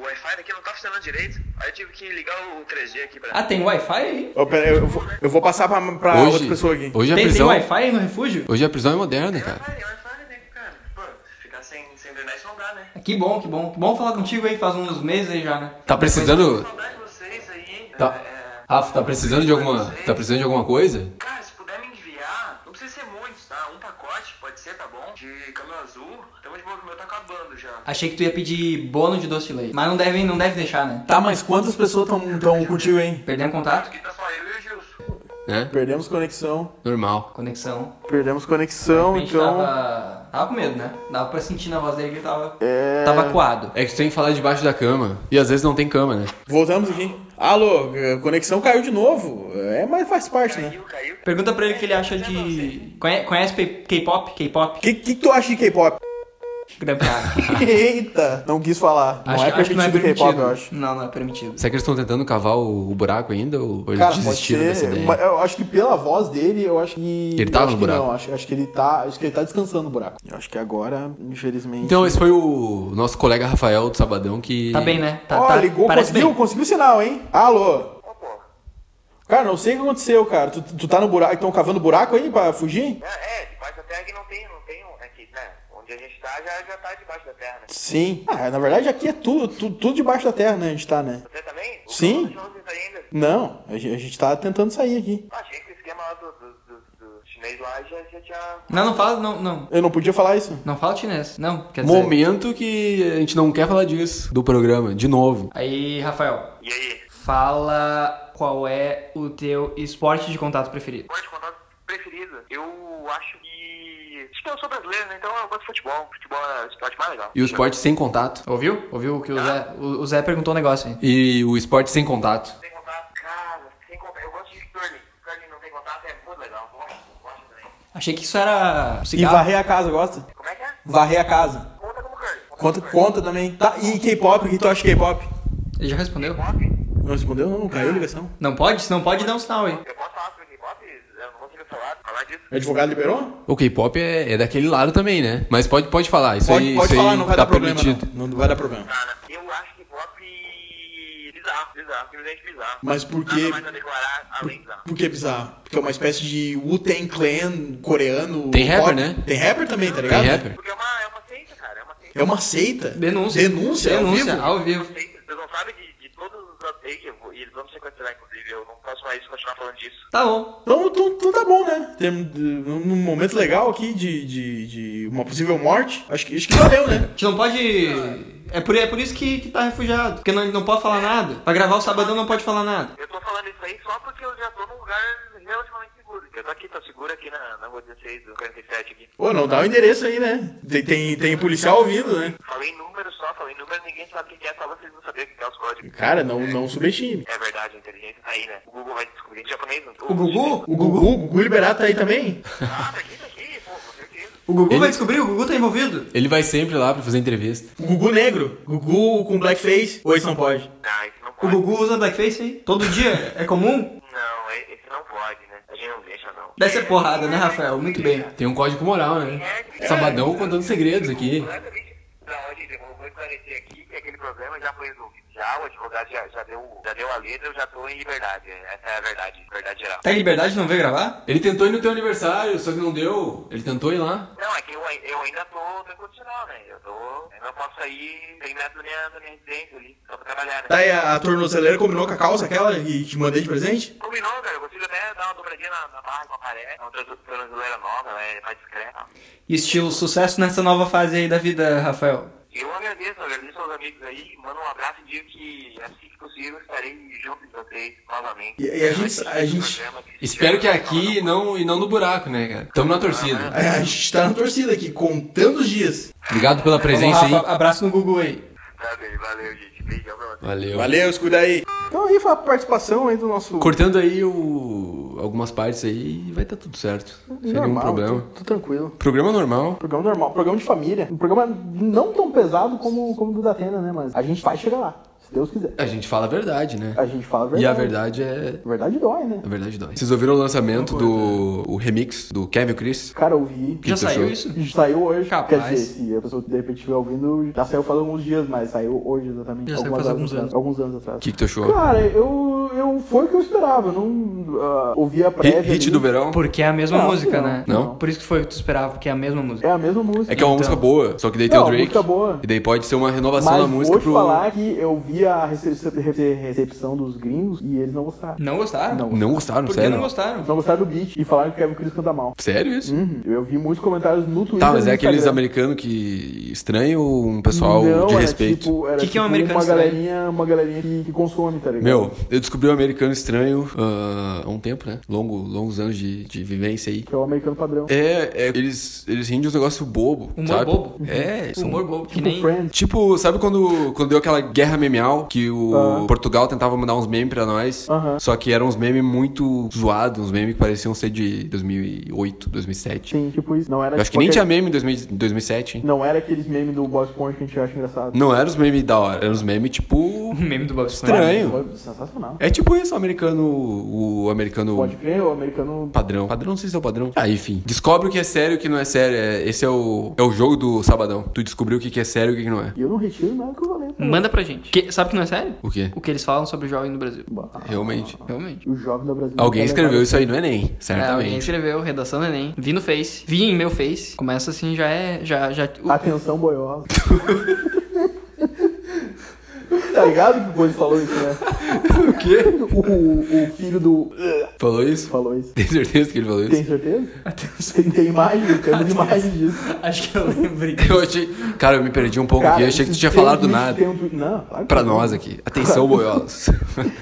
o Wi-Fi daqui não tá funcionando direito. Aí eu tive que ligar o 3G aqui pra. Ah, tem Wi-Fi aí? Ô, pera, eu, vou, eu vou passar pra, pra Ah, outra pessoa aqui. hoje a Tem, tem prisão. Wi-Fi aí no refúgio? Hoje a prisão é moderna, cara. Wi-Fi, Wi-Fi, né, cara? Pô, ficar sem, sem internet não dá, né? Ah, Que bom, que bom. Que bom falar contigo aí, faz uns meses aí já, né? Tá precisando. Saudade de vocês aí. Tá. É, é, Rafa, tá precisando de alguma. Tá precisando de alguma coisa? Cara, se puder me enviar, não precisa ser muitos, tá? Um pacote, pode ser, tá bom? De caminhão azul. Tamo de boa, que o meu tá acabando já. Achei que tu ia pedir bônus de doce de leite. Mas não deve, não deve deixar, né? Tá, mas quantas pessoas estão contigo, hein? Perdendo contato? Aqui tá só eu e o Gilson. Né? Perdemos conexão. Normal. Conexão. Perdemos conexão, a gente então. tava... tava com medo, né? Dava pra sentir na voz dele que ele tava... É. Tava coado. É que tu tem que falar debaixo da cama. E às vezes não tem cama, né? Voltamos aqui. Alô, a conexão caiu de novo. É, mas faz parte, né? Caiu, caiu. Pergunta pra ele o que ele acha de... Conhe- Conhece P- K-pop? K-pop? O que, que, que tu acha de K-pop? Grampeado. *laughs* Eita! Não quis falar. *laughs* Não acho, é que- acho que não é permitido K-pop, permitido. eu acho. Não, não é permitido. Será que eles estão tentando cavar o, o buraco ainda? Ou ou eles Cara, pode desistiram dessa ser. ideia? mas Eu acho que pela voz dele, eu acho que. Ele tá eu acho no que buraco. Não, acho, acho que ele tá. Acho que ele tá descansando no buraco. Eu acho que agora, infelizmente. Então, esse foi o nosso colega Rafael do Sabadão que. Tá bem, né? Tá, Ó, tá- ligou, parece conseguiu, bem. conseguiu o sinal, hein? Alô? Ô, pô. Cara, não sei o que aconteceu, cara. Tu, tu tá no buraco, estão cavando buraco aí pra fugir? É, é, debaixo da terra que não tem, não tem um. Aqui, né? Onde a gente tá já, já tá debaixo da terra, né? Sim. Ah, na verdade aqui é tudo, tudo, tudo debaixo da terra, né? A gente tá, né? Você também? O Sim. Bruno não fez ainda. Não, a gente, a gente tá tentando sair aqui. Ah, Achei que o esquema lá do, do, do, do chinês lá já, já tinha. Não, não fala, não, não. Eu não podia falar isso. Não fala chinês. Não, quer é- dizer. Momento que a gente não quer falar disso do programa, de novo. Aí, Rafael, E aí? fala qual é o teu esporte de contato preferido. Esporte de contato preferido? Eu acho que. Acho que eu sou brasileiro, né? Então eu gosto de futebol. Futebol é o esporte mais legal. E o esporte sem contato. Ouviu? Ouviu o que o Zé. O, o Zé perguntou um negócio aí. E o esporte sem contato. Sem contato, cara, sem contato. Eu gosto de curling. Curling não tem contato é muito legal. Gosto, gosto também. Achei que isso era. E Cigarro. varrer a casa, gosta? Como é que é? Varrer a casa. Conta como curling. Conta, como curling. conta também. Tá, e K-pop, o que tu acha de K-pop? Ele já respondeu? Hip-hop? Não respondeu? Não, caiu a ligação. Não pode? Se não pode, dá um sinal aí. Eu posso falar sobre hip-hop? Eu não consigo falar, falar disso. O É advogado liberou? O K-pop é, é daquele lado também, né? Mas pode, pode falar, isso Pode, aí, pode isso falar, aí não vai tá dar problema. permitido. Não. não vai dar problema. Cara, eu acho que pop bizarro, bizarro, simplesmente bizarro. Mas por Nada quê? mais a declarar além bizarro. Por que bizarro? Porque é uma espécie de Wu-Tang Clan coreano. Tem rapper, pop. né? Tem rapper também, tá Tem ligado? rapper? Porque é uma, é uma seita, cara, é uma seita. É uma seita. Denúncia. Denúncia, Denúncia, ao vivo. ao É vivo. uma seita. Vocês não sabem de, de todos os updates, eu vou- e eles vão me sequestrar, inclusive. Eu não posso mais continuar falando disso. Tá bom. Então, então- então tá bom, né? Temos um momento legal aqui de, de, de uma possível morte. Acho que, acho que valeu, né? A gente não pode. É por, é por isso que, que tá refugiado. Porque não, não pode falar nada. Pra gravar o sabadão não pode falar nada. Eu tô falando isso aí só porque eu já tô num lugar relativamente seguro. Eu tô aqui, tô seguro aqui na, na rua 16, do 47 aqui. Pô, não dá o endereço aí, né? Tem, tem, tem policial ouvindo, né? Falei número só, falei número, ninguém sabe o que que é, só vocês não sabiam o que que é os códigos. Cara, não, não subestime. É verdade, a inteligência tá aí, né? O Google vai descobrir. Japonês não. O Gugu? O Gugu, o Gugu Liberato tá aí também? Ah, tá aqui, tá aqui, pô, com certeza. O Gugu Ele- vai descobrir? O Gugu tá envolvido? Ele vai sempre lá pra fazer entrevista. O Gugu negro? Gugu com blackface? Ou isso não pode? Não, Ah, isso não O pode. Gugu usa blackface aí? Todo dia? É comum? Não, e- esse não pode, né? A gente não deixa, não. Deve ser porrada, né, Rafael? Muito bem. Tem um código moral, né? Sabadão contando segredos aqui. Não, gente, eu vou esclarecer aqui que aquele problema já foi resolvido. Já o advogado já, já, deu, já deu a letra, eu já tô em liberdade. Essa é a verdade, verdade geral. Tá em liberdade não veio gravar? Ele tentou ir no teu aniversário, só que não deu. Ele tentou ir lá. Não, é que eu, ai- eu ainda tô no condicional, né? Eu tô. Eu não posso sair sem metro da minha, da minha residência ali, só pra trabalhar, né? Tá aí, a, a tornozeleira combinou com a calça aquela que te mandei de presente? Combinou, cara. Eu consigo até dar uma dobradinha na, na barra com a paré. É uma trans- brasileira nova, ela é mais discreta. Estilo sucesso nessa nova fase aí da vida, Rafael. Eu agradeço, agradeço aos amigos aí, mando um abraço e digo que assim que possível estarei junto com vocês novamente. E- e a gente- a gente- Programa que se Espero que chama- aqui e não, e não no buraco, né, cara? Tamo na torcida. É, a gente tá na torcida aqui, contando os dias. Obrigado pela presença Rafa, aí. abraço no Gugu aí. Tá bem, valeu, gente. Beijão pra vocês. Valeu. Valeu, se cuida aí. Então aí foi a participação aí do nosso... Cortando aí o, algumas partes aí, vai estar tudo certo. Sem nenhum problema. Tô, tô tranquilo. Programa normal. Programa normal, programa de família. Um programa não tão pesado como, como o do Datena, né? Mas a gente vai chegar lá, se Deus quiser. A gente fala a verdade, né? A gente fala a verdade. E a verdade é. A verdade dói, né? A verdade dói. Vocês ouviram o lançamento do é. o remix do Kevin e o Chris? Cara, eu vi. Que Já tu saiu achou? isso? Saiu hoje. Capaz. Quer dizer, se a pessoa de repente estiver ouvindo, já saiu faz alguns dias, mas saiu hoje exatamente. Já saiu Algumas faz horas alguns atrás. anos. Alguns anos atrás. O que, que tu achou? Cara, eu, eu foi o que eu esperava. Eu não ah, ouvi a Hit, prévia. hit ali. do verão? Porque é a mesma Não, música, não, né? não. Por isso que foi o que tu esperava, porque é a mesma música. É a mesma música. É que é uma música boa, só que daí tem Não, o Drake. música boa. E daí pode ser uma renovação Mas da música vou te pro. falar que eu vi a recepção, rece- recepção dos gringos e eles não gostaram. Não gostaram? É. Não. Não gostaram, Por que sério? não gostaram? Não gostaram do beat e falaram que o Kevin Chris canta mal. Sério isso? Uhum. Eu vi muitos comentários no Twitter. Tá, mas e no é aqueles Instagram. americanos que estranham ou um pessoal não, de era respeito? Tipo, era Que que é um tipo americano uma estranho? galerinha, uma galerinha que, que consome, tá ligado? Meu, eu descobri o Americano Estranho ah, há um tempo, né? Longo, longos anos de, de vivência aí. Que é o americano padrão. É, é, eles, eles riem de uns negócios bobo. Humor sabe? bobo. Uhum. É, são- Humor bobo, que Tipo nem... *laughs* Friends. Tipo, sabe quando, quando deu aquela guerra memeal que o Aham. Portugal tentava mandar uns memes pra nós? Aham. Só que eram uns memes muito zoados, uns memes que pareciam ser de 2008, 2007. Sim, tipo isso. Não era Eu acho que tipo nem tinha aquele- meme em 2000 2007, hein? Não era aqueles memes do Bob Esponja que a gente acha engraçado. Não eram os memes da hora, eram os memes tipo. Meme do Bob Esponja. estranho. Uhum. Foi sensacional. É tipo isso, o americano. O americano. Pode crer, o americano. Padrão. Padrão, não sei se é o padrão. Ah, enfim. Descobre o que é sério e o que não é sério. É- Esse é o, é o jogo do sabadão. Tu descobriu o que que é sério e o que que não é. E eu não retiro nada que eu falei. cara. Manda pra gente. Que- sabe que não é sério? O quê? O que eles falam sobre o jovem no Brasil. Bah, Realmente. Realmente. O jovem da Brasil. Alguém escreveu isso aí no Enem, É, alguém certamente. escreveu, redação do Enem. Vi no Face. Vi em meu Face. Começa assim, já é. Já, já, o- *laughs* Atenção boiosa. *laughs* tá ligado que o Bois falou isso, né? *laughs* O quê? O, o- o filho do. *laughs* Falou isso? falou isso. Tem certeza que ele falou Tem isso? certeza? Tem, tem imagem, Ah, temos imagem disso. Acho que eu lembrei. Eu achei... Cara, eu me perdi um pouco aqui. Eu achei que tu isso tinha tem um falado do tweet- nada. tem um tweet- Não, claro que Pra não. nós aqui. Atenção, *laughs* boiolas.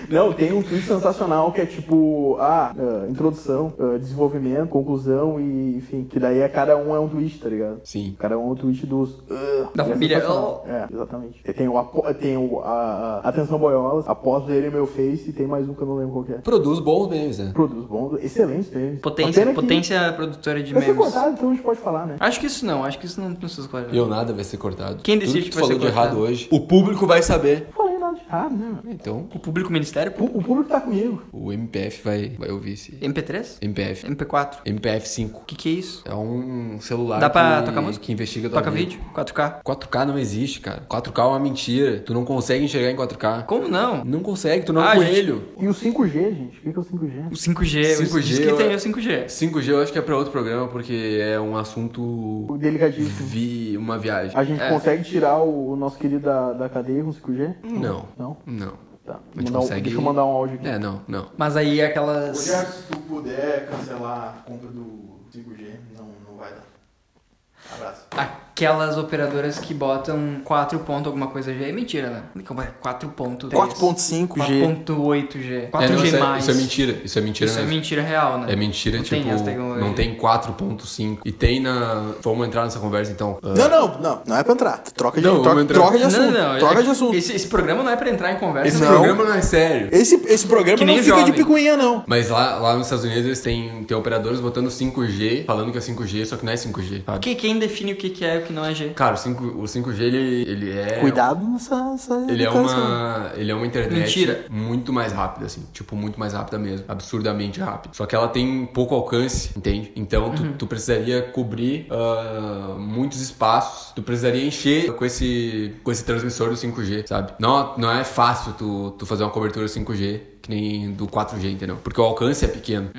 Não, tem um tweet sensacional que é tipo, ah, ah, introdução, ah, desenvolvimento, conclusão e enfim. Que daí é cada um é um tweet, tá ligado? Sim. Cada um é um tweet dos. ah, Da é família. Oh. sensacional. É, exatamente. E Tem o, apo- tem o a, a- Atenção Boiolas, após ler em meu face, e tem mais um que eu não lembro qual que é. Produz bons memes, né? Produz bons, excelentes memes. A Potência, pena que- potência produtora de Vai ser memes. cortado, então a gente pode falar, né? Acho que isso não, acho que isso não precisa esclarecer. Eu nada vai ser cortado. Quem Tudo que decide que tu vai falou ser de errado cortado? hoje, o público vai saber. Não falei nada de errado, né? Então, O público ministério? O, o público tá comigo. o MPF vai, vai ouvir esse. MP3? MPF. MP4? MPF 5. O que, que é isso? É um celular Dá pra que, tocar música? que investiga tua Toca vida. vídeo? 4K? 4K não existe, cara. 4K é uma mentira. Tu não consegue enxergar em 4K. Como não? Não consegue, tu não é Ah, um coelho. E o 5G, gente? O que que é o 5G? O 5G, 5G, diz que eu- tem é o 5G. 5G eu acho que é pra outro programa, porque é um assunto. O delicadíssimo. Vi uma viagem. É. A gente É. consegue tirar o, o nosso querido da, da cadeia com 5G? Não. Não? Não. Tá. A gente Mandar um- consegue- Deixa eu mandar um áudio aqui. É, não, não. Mas aí aquelas. é- se tu puder cancelar a compra do 5G, não, não vai dar. Abraço. Aquelas operadoras que botam 4 ponto alguma coisa G é mentira, né? Como é? 4 ponto 4.5G. 4.8G. É, não, 4G+. isso, é, isso é mentira. Isso é mentira Isso é mesmo. mentira real, né? É mentira, não tipo, Tem essa tecnologia. não tem 4.5. E tem na. Vamos entrar nessa conversa então. Ah, Não, não, não. Não é pra entrar. Troca de, Não, troca, vamos entrar. troca de Não, assunto. não, não. Troca é- de assunto. Esse, esse programa não é pra entrar em conversa. Esse não. programa não é sério. Esse, esse programa Que não nem fica de jovem. picuinha, não. Mas lá, lá nos Estados Unidos eles têm, têm operadores botando 5G, falando que é 5G, só que não é 5G. sabe? Porque quem define o que que é e o que não é G? Cara, o, 5, o 5G ele, ele é. Cuidado nessa, nessa Ele é, educação. uma, ele é uma internet Mentira. muito mais rápida, assim. Tipo, muito mais rápida mesmo. Absurdamente rápida. Só que ela tem pouco alcance, entende? Então, Uhum. tu, tu precisaria cobrir ah, muitos espaços. Tu precisaria encher com esse, com esse transmissor do 5G, sabe? Não, não é fácil tu, tu fazer uma cobertura 5G que nem do 4G, entendeu? Porque o alcance é pequeno.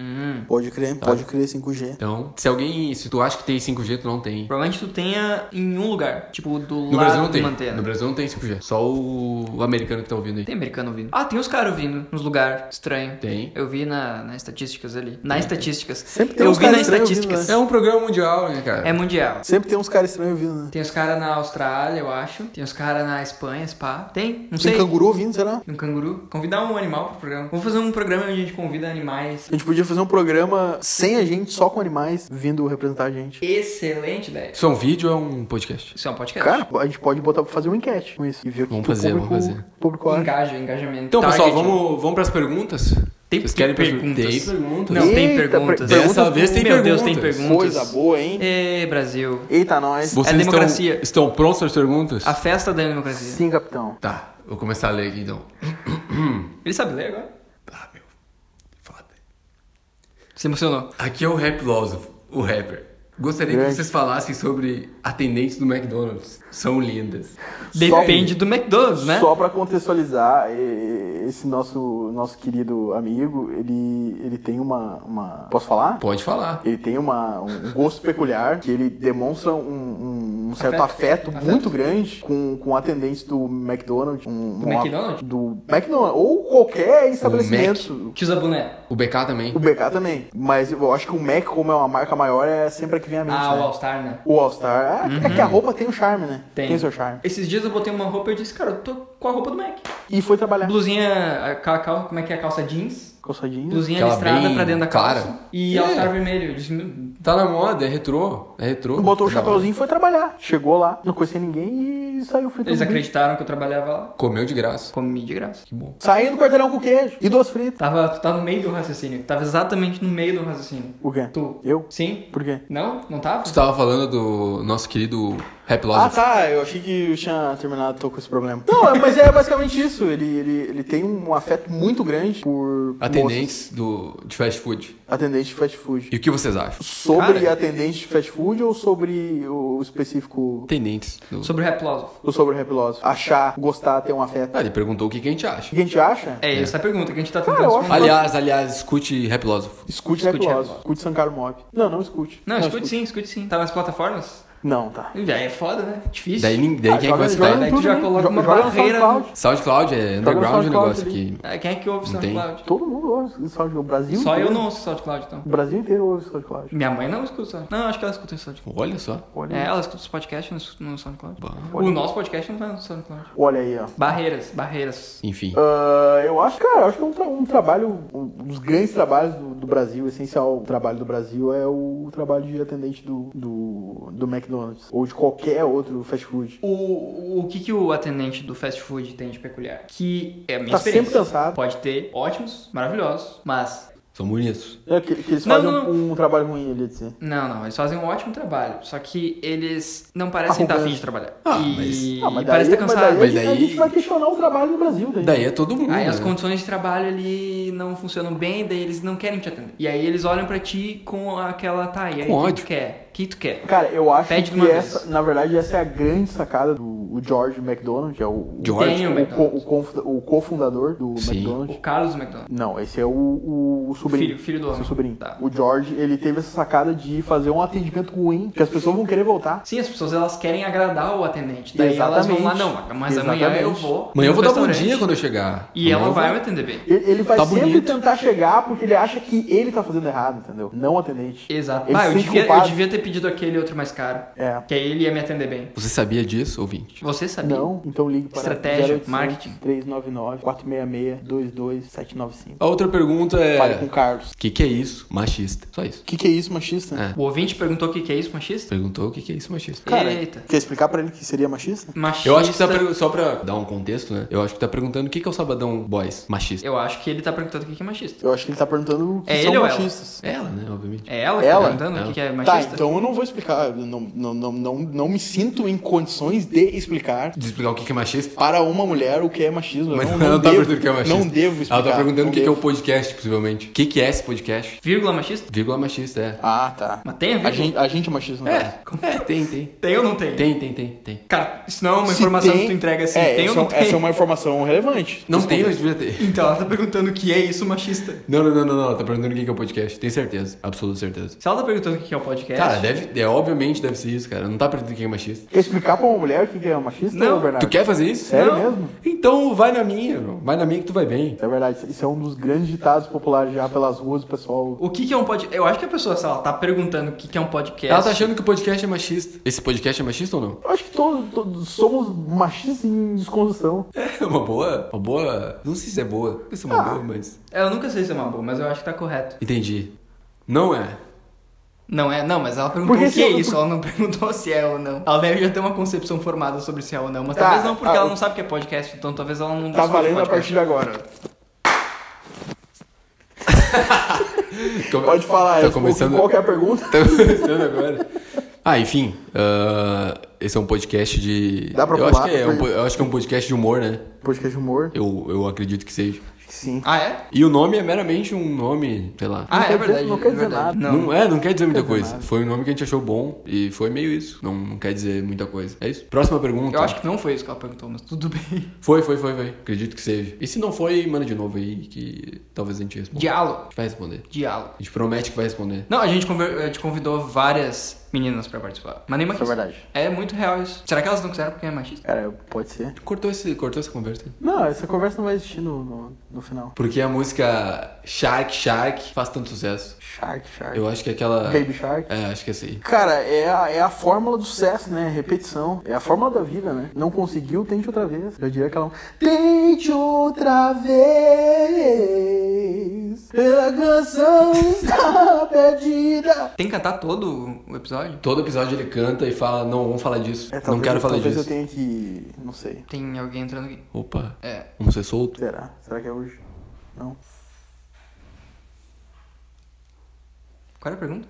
Pode crer, Tá. pode crer 5G. Então, se alguém... Se tu acha que tem 5G, tu não tem. Provavelmente tu tenha em um lugar. Tipo, do No lado Brasil não de né? tem. uma antena. No Brasil não tem 5G. Só o americano que tá ouvindo aí. Tem americano ouvindo. Ah, tem os caras ouvindo nos lugares. Estranho. Tem. Eu vi na, nas estatísticas ali. Nas estatísticas. Sempre tem Eu uns vi caras nas estranhos né? estatísticas. ouvindo, É um programa mundial, né, cara? É mundial. Sempre tem uns caras estranhos ouvindo, né? Tem os caras na Austrália, eu acho. Tem os caras na Espanha, spa. Tem? Tem Não sei. canguru ouvindo, será? Um canguru. Convidar um animal pro programa. Vamos fazer um programa onde a gente convida animais. A gente podia fazer um programa sem a gente, só com animais vindo representar a gente. Excelente ideia. Isso é um vídeo ou é um podcast? Isso é um *laughs* podcast. Cara, a gente pode botar fazer uma enquete com isso e ver o que Vamos que o fazer, vamos público- fazer. público acha. Engaja, engajamento. Então, pessoal, Target. vamos, vamos pras perguntas? Tem Vocês querem pergu- perguntas. Tem perguntas. Não, tem Eita, perguntas. per- Dessa pergunta vez tem Meu perguntas. Deus, tem perguntas. Coisa boa, hein? Ê, Brasil. Eita, nós. Vocês É democracia. Estão, estão prontos para as perguntas? A festa da democracia. Sim, capitão. Tá, vou começar a ler aqui então. Ele sabe ler agora? Ah, meu. Foda. Se emocionou. Aqui é o Rap Filósofo, o rapper. Gostaria que Grande. vocês falassem sobre atendentes do McDonald's. São lindas. Depende do McDonald's, né? Só pra contextualizar, e- e- esse nosso, nosso querido amigo, ele, ele tem uma, uma. Posso falar? Pode falar. Ele tem uma, um gosto peculiar, que ele demonstra um- um, um certo afeto, muito grande com, com atendentes do McDonald's. Um, Do um- McDonald's? Do McDonald's. Ou qualquer estabelecimento. Que usa boné. O BK também. O BK também. Mas eu acho que o Mac, como é uma marca maior, é sempre a que vem à mente. Ah, o né? All Star, né? O All-Star. É, é que a roupa tem o charme, né? Tem. o seu charme. Esses dias eu botei uma roupa e eu disse, cara, eu tô com a roupa do Mac. E foi É. trabalhar. Blusinha, aquela cal- como é que é a calça jeans? Calçadinha. Blusinha Aquela listrada bem pra dentro da clara. calça. E É. all-star vermelho. Eu disse, meu, Tá na moda, é retrô. É retrô. Botou o Tá na chapeuzinho e foi trabalhar. Chegou lá, não conhecia ninguém e saiu frito. eles no bicho. acreditaram que eu trabalhava lá. hora. Comeu de graça. Comi de graça. Que bom. Saindo do quarteirão com queijo e duas fritas. Tava, tu tava no meio do raciocínio. Tava exatamente no meio do raciocínio. O quê? Tu. Eu? Sim? Por quê? Não? Não tava? Tu tava falando do nosso querido Rap Loss. Ah, tá. Eu achei que eu tinha terminado, tô com esse problema. Não, é- mas é basicamente isso. Ele, ele, ele tem um afeto muito grande por moças. Atendentes do, de fast food. atendente de fast food. E o que vocês acham? Sobre Cara. é, atendente de fast food ou sobre o específico... Atendentes do. Sobre o Replauso. Ou sobre o Happy Achar, gostar, ter um afeto. Ah, ele perguntou o que, que a gente O que acha. a gente acha? É, essa é a pergunta que a gente tá tentando Cara, eu acho- responder. Aliás, aliás, escute Rap Loss. Escute Escute Happy Laws. Happy Laws. Escute Sankar Mob. Não, não escute. Não, escute sim, escute sim. Tá nas plataformas? Não, tá. Ih, Daí é foda, né? Difícil. Daí, nin- daí Ah, quem é que joga- joga vai citar? em Daí ele? tu tudo, já né? coloca uma Joga no barreira SoundCloud. SoundCloud é no underground o SoundCloud negócio ali. aqui. Ah, Quem é que ouve Não tem. SoundCloud? Todo mundo ouve SoundCloud. O Brasil Só inteiro. eu não ouço SoundCloud, então. O Brasil inteiro ouve SoundCloud. Minha mãe não escuta SoundCloud. Não, acho que ela escuta o SoundCloud. Olha só. Olha, É, aí. ela escuta os podcasts não escuta no SoundCloud. Bah. O nosso podcast não tá no SoundCloud. Olha aí, ó. Barreiras, barreiras. Enfim. Ah, eu acho, cara, eu acho que é um, tra- um trabalho, um dos grandes trabalhos do, do Brasil, o essencial trabalho do Brasil é o trabalho de atendente do, do, do McDonald's ou de qualquer outro fast food. O, o que, que o atendente do fast food tem de peculiar? Que é a minha Tá experiência. sempre cansado. Pode ter ótimos, maravilhosos, mas. São bonitos. É que, que eles Não, fazem não, Um, um trabalho ruim, ele ia dizer. Não, não, eles fazem um ótimo trabalho. Só que eles não parecem estar afim de trabalhar. Ah, e Ah, mas daí, e parece estar mas daí cansado. Mas a gente- a daí- gente vai questionar o trabalho do Brasil. Daí. Daí é todo mundo. Aí né? as condições de trabalho ali não funcionam bem, daí eles não querem te atender. E aí eles olham pra ti com aquela, tá, e aí Com o que ódio. tu quer? O que tu quer? Cara, eu acho Pede de uma que vez. essa, na verdade, essa é a grande sacada do o George McDonald, que é o, George. Tem o, o co- McDonald's. o conf- o cofundador do Sim. McDonald's. O Carlos McDonald. Não, esse é o, o, o sobrinho. Filho, filho do homem. Seu sobrinho. Tá. O George, ele teve essa sacada de fazer um atendimento ruim, que as pessoas vão querer voltar. Sim, as pessoas elas querem agradar o atendente. Daí elas vão lá, não, mas amanhã Exatamente. eu vou. Amanhã eu vou no dar bom restaurante dia quando eu chegar. E Amanhã ela eu vai vou- me atender bem. Ele, ele vai Tá sempre bonito. tentar chegar porque ele acha que ele tá fazendo errado, entendeu? Não o atendente. Exato. Ele Ah, se eu sente devia, eu culpado. devia ter pedido aquele outro mais caro. É. Que aí ele ia me atender bem. Você sabia disso, ouvinte? Você sabia? Não, então ligue para Estratégia, 0800 marketing. 399 466 22795. A outra pergunta Fale com o é. Carlos. O que, que é isso? Machista. Só isso. O que, que é isso, machista? É. O ouvinte perguntou o que que é isso, machista? Perguntou o que, que é isso, machista. Cara, Eita. quer explicar pra ele que seria É machista? Machista. Eu acho que tá pergu- só pra dar um contexto, né? Eu acho que tá perguntando o que, que é o Sabadão Boys machista. Eu acho que ele tá perguntando o que que é machista. Eu acho que ele tá perguntando que É são ele ou ela? machistas. Ela, né? Obviamente. É ela que tá Ela? perguntando o que Ela. que é Tá, machista? então eu não vou explicar. eu Não, não, não, não, não me sinto em condições de explicar De explicar o que, que é machista. para uma mulher o que é machismo. Eu Mas não, ela não não tá devo, perguntando o que é machista. Não devo explicar. Ela tá perguntando não o que, que é o devo. podcast, possivelmente. O que, que é esse podcast? Vírgula machista? Vírgula machista, é. Ah, tá. Mas tem a A vírgula? gente, a gente é machista, não É, é, tem, tem. Tem ou não tem? Tem, tem, tem, tem. Cara, isso não é uma informação Se que tu entrega assim. é, tem ou essa, não é- tem? essa é uma informação relevante. *laughs* Não tem, Desculpa. mas devia ter. Então ela tá perguntando o que é isso machista. Não, não, não, não, não. Ela tá perguntando o que que é o podcast. Tem certeza. Absoluta certeza. Se ela tá perguntando o que é o podcast. Cara, deve, é, obviamente deve ser isso, cara. Não tá perguntando o que é machista. Quer explicar pra uma mulher o que que é machista, Não, ô, Bernardo? Tu quer fazer isso? Sério Não. É mesmo? Então vai na minha, bro. vai na minha que tu vai bem. Isso é verdade. Isso é um dos grandes ditados populares já pelas ruas, o pessoal. O que, que é um podcast? Eu acho que a pessoa, se ela tá perguntando o que, que é um podcast. Ela tá achando que o podcast é machista. Esse podcast é machista *laughs* ou não? Eu acho que todos, todos somos machistas em desconstrução. É uma boa, uma boa. Não sei se é boa. Não sei se é uma Ah. boa, mas. É, Eu nunca sei se é uma boa, mas eu acho que tá correto. Entendi. Não é. Não é, não, mas ela perguntou Porque o se que é eu- isso, ela não *laughs* perguntou se é ou não. Ela deve já ter uma concepção formada sobre se é ou não, mas Tá, talvez não porque ah, ela eu- não sabe o que é podcast, então talvez ela não Tá escute valendo a partir podcast. de agora. Tô- Pode falar, Tá é, começando. qual que é a pergunta? Tá começando agora. Ah, enfim. ah, esse é um podcast de. Dá pra eu pular? acho, que é, um po- eu acho que é um podcast de humor, né? Podcast de humor? Eu, eu acredito que seja. Sim. Ah, é? E o nome é meramente um nome, sei lá. Ah, quer é dizer- verdade. não quer é dizer verdade. nada. Não. Não. é, não quer dizer muita Quer dizer coisa. nada. Foi um nome que a gente achou bom e foi meio isso. Não, não quer dizer muita coisa. É isso. Próxima pergunta. Eu acho que não foi isso que ela perguntou, mas tudo bem. *laughs* Foi, foi, foi, foi. Acredito que seja. E se não foi, manda de novo aí que talvez a gente meninas pra participar. Mas nem Isso é machista. verdade. É muito real isso. Será que elas não quiseram porque é machista? Cara, pode ser. Cortou, esse, cortou essa conversa aí. Não, essa conversa não vai existir no, no, no final. Porque a música Shark Shark faz tanto sucesso. Shark, Shark. Eu acho que é aquela. Baby Shark. É, acho que é essa aí. Cara, é a, é a fórmula do sucesso, né? Repetição. É a fórmula da vida, né? Não conseguiu, tente outra vez. Já diria aquela. Tente outra vez. A canção está perdida. Tem que cantar todo o episódio? Todo episódio ele canta e fala: Não, vamos falar disso. É, não talvez- quero falar talvez disso. eu tenha que. Não sei. Tem alguém entrando aqui. Opa, É. vamos ser solto? Será? Será que é hoje? Não. Qual era a pergunta?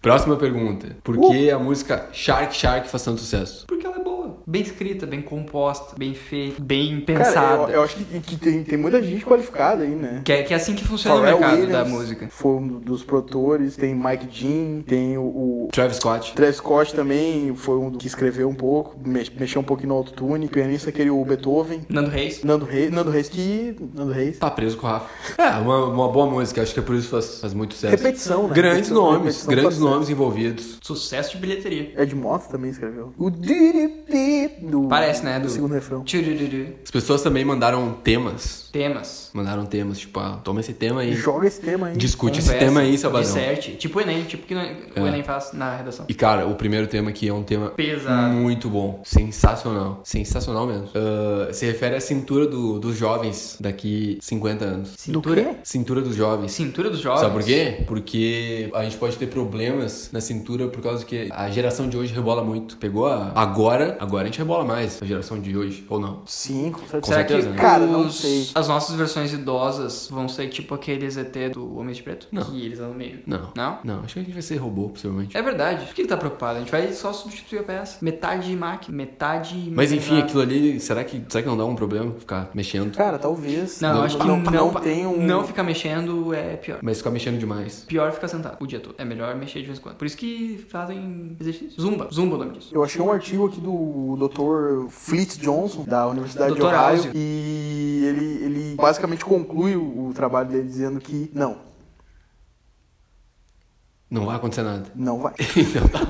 Próxima pergunta: Por que Uh! a música Shark Shark faz tanto sucesso? Porque ela é boa. Bem escrita, bem composta, bem feita, bem Cara, pensada. eu, eu acho que, que tem, tem muita gente qualificada aí, né? Que, é, que é assim que funciona Pharrell o mercado da Williams música. Foi um dos produtores. Tem Mike Dean, tem o, o Travis Scott. Travis Scott também foi um que escreveu um pouco, mex- mexeu um pouquinho no autotune. Pianista aquele o Beethoven. Nando Reis. Nando Reis, Nando Reis que. Nando Reis. Tá preso com o Rafa. É, uma, uma boa música, acho que é por isso que faz, faz muito sucesso. Repetição, né? Grandes Repetição, nomes, repetição faz grandes nomes envolvidos. Sucesso de bilheteria. Ed Motta também escreveu. O Diripi do. Parece, né, do- Do segundo refrão. Tchurururu. As pessoas também mandaram temas. Temas. Mandaram temas, tipo, ah, toma esse tema aí. Joga esse tema aí. Discute Conversa, esse tema aí, É. Sabadão. Disserte. Tipo o Enem. Tipo que o Enem faz na redação. E cara, o primeiro tema aqui é um tema Pesado. muito bom. Sensacional. Sensacional mesmo. Ah, se refere à cintura do- dos jovens daqui 50 anos. Cintura. quê? Cintura dos jovens. Cintura dos jovens. Sabe por quê? Porque a gente pode ter problemas na cintura por causa que a geração de hoje rebola muito. Pegou a... agora, agora a gente rebola mais a geração de hoje, ou não? Sim, com certeza. Será certeza, que né? Cara, não os- sei. as nossas versões idosas vão ser tipo aqueles ET do Homem de Preto? Não. Que eles andam meio. Não. Não? Não, acho que a gente vai ser robô, possivelmente. É verdade. Por que ele tá preocupado? A gente vai só substituir a peça. Metade máquina, metade. É, Mas enfim, mecanizado. aquilo ali, será que, será que não dá um problema ficar mexendo? Cara, talvez. Não, acho que não, não tem um. Não ficar mexendo é pior. Mas ficar mexendo demais. Pior ficar sentado o dia todo. É melhor mexer de vez em quando. Por isso que fazem exercício. Zumba. Zumba é o nome disso. Eu achei um artigo aqui do Dr. Fleet Johnson, da Universidade Dr. de Ohio, Áuzio. e ele, ele basicamente conclui o, o trabalho dele dizendo que não, Não vai acontecer nada. *laughs* não vai. Então tá.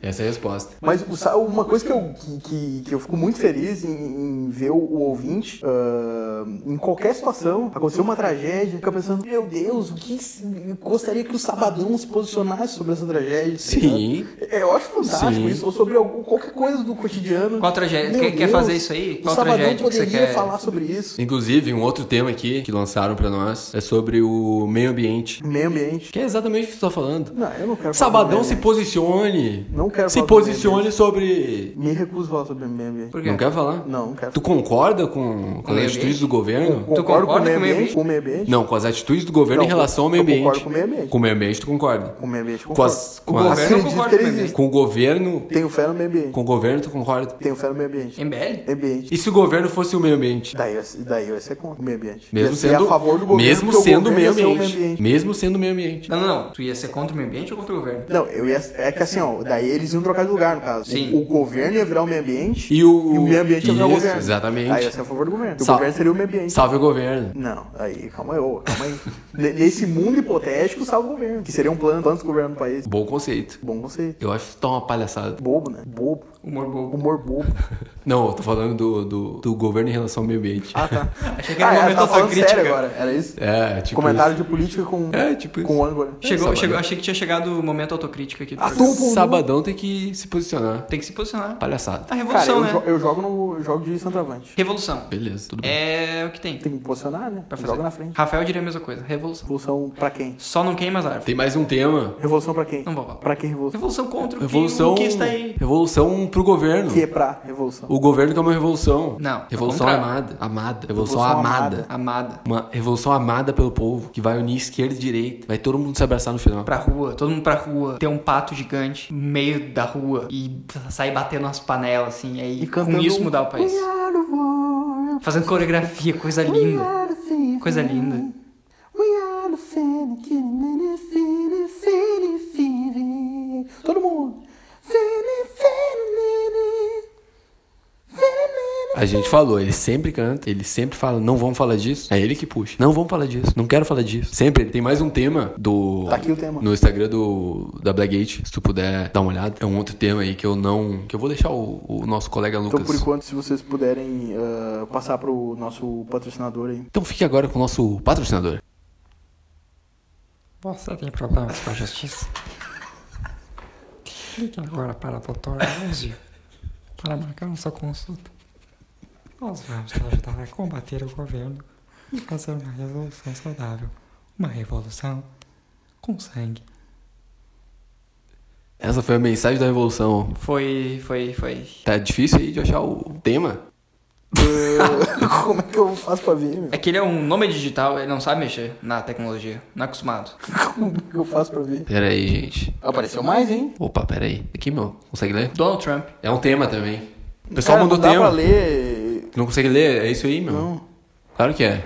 Essa é a resposta. Mas o sa- uma coisa que eu, que, que, que eu fico muito feliz em, em ver o, o ouvinte, ah, em qualquer situação, aconteceu uma tragédia, fica pensando, meu Deus, o que se- eu gostaria que o Sabadão se posicionasse sobre essa tragédia. tá ligado? Sim. É, eu acho fantástico Sim. isso, ou sobre algum- qualquer coisa do cotidiano. Qual tragédia? Meu Quer- quer Deus, fazer isso aí? Qual o Sabadão tragédia que você poderia quer? falar sobre isso. Inclusive, um outro tema aqui que lançaram pra nós é sobre o meio ambiente. Meio ambiente. Que é exatamente o que você tá falando. Não, eu não quero Sabadão se se posicione. Não quero Se falar sobre posicione sobre. Me recuso a falar sobre meio ambiente. Por quê? Não quer falar? Não, não quero. Tu concorda com, com as meio atitudes ambiente? do governo? Concordo concorda com o meio com o meio ambiente? Com o meio ambiente? Não, com as atitudes do governo Não, em relação ao meio eu ambiente. concordo com o meio ambiente. Com o meio ambiente, tu concorda? Com o meio ambiente, Com concordo. as- Com com o as- governo, eu Eu concordo concordo que ele com o meio existe. Com o governo. Tenho fé no meio ambiente. Com o governo, tu concorda? Tenho fé no meio ambiente. MBL? Ambiente. E se o governo fosse o meio ambiente? Daí eu, ia- daí eu ia ser contra o meio ambiente. Mesmo Ia ser sendo, a favor do governo. mesmo porque o sendo governo meio ia ser o ambiente, Mesmo sendo meio ambiente. Não, não, não. Tu ia ser contra o meio ambiente ou contra o governo? Não, eu ia. É que assim, ó, daí eles iam trocar de lugar, no caso. Sim. O, o governo ia virar o meio ambiente E o- meio ambiente ia virar o Isso, governo. exatamente. Aí eu ia ser a favor do governo. Sa- O governo seria o meio ambiente. Salve o governo. Não, aí, calma aí, ô, calma aí. Ne- Nesse mundo hipotético, salvo o governo. Que seria um plano, plano do governo do país. Bom conceito. Bom você. Eu acho que tá uma palhaçada. Bobo, né? Bobo. Humor bobo. Humor bobo. Não, eu tô falando do, do, do governo em relação ao meio ambiente. Ah, tá. *laughs* Achei que era um ela momento tá falando autocrítica. sério agora. Era isso? É, tipo. Comentário de política com, isso. É, tipo. com Isso. âncora. Chegou, Sabadão. chegou, achei que tinha chegado o momento autocrítica aqui. do Ah, programa. tu- Tudo. Sabadão tem que se posicionar. Tem que se posicionar. Palhaçada. A Cara, revolução, eu, jo- né? eu jogo no eu jogo de centroavante. Revolução. Beleza, tudo bem. É o que tem. Tem que posicionar, né? Pra fazer. Joga na frente. Rafael diria a mesma coisa. Revolução. Revolução pra quem? Só não queima as árvores. Tem mais um tema. Revolução pra quem? Não vou falar. Pra quem revolução? Revolução um contra o Revolução. que, o que está aí. Revolução pro governo. Que é pra revolução. O governo que é uma revolução. Não, ao Revolução contrário. amada. Amada. Revolução, Revolução amada. amada. Amada. Uma revolução amada pelo povo, que vai unir esquerda e direita. Vai todo mundo se abraçar no final. Pra rua, todo mundo pra rua. Ter um pato gigante no meio da rua e sair batendo as panelas, assim. E aí, E com cantando isso mudar o país. We are the world. Fazendo coreografia, coisa linda. We are the thing. Coisa linda. We are the Fanny, kitty, mini, Fanny, Fanny, Fanny. Todo mundo. Fanny, Fanny, Fanny, Fanny, A gente falou, ele sempre canta, ele sempre fala, não vamos falar disso. É ele que puxa. Não vamos falar disso, não quero falar disso. Sempre. Tem mais um tema do. Tá aqui o tema. No Instagram do, da Blackgate, se tu puder dar uma olhada. É um outro tema aí que eu não. Que eu vou deixar o, o nosso colega Lucas. Então, por enquanto, se vocês puderem ah, passar pro nosso patrocinador *laughs* aí. Então fique agora com o nosso patrocinador. Você tem problemas com a justiça? Clique agora para a doutora Elzio para marcar sua consulta. Nós vamos te ajudar a combater o governo e fazer uma revolução saudável. Uma revolução com sangue. Essa foi a mensagem da revolução. Foi, foi, foi. Tá difícil aí de achar o tema? Ah, Como é que eu faço pra ver, meu? É que ele é um nome digital, ele não sabe mexer na tecnologia. Não é acostumado. Como é que eu faço pra ver? Pera aí, gente. Apareceu mais, hein? Opa, pera aí. Aqui, meu. Consegue ler? Donald Trump. É um tema também. O pessoal Cara, mandou É, não dá tema. pra ler. Não consegue ler? É isso aí, meu? Não. Claro que é.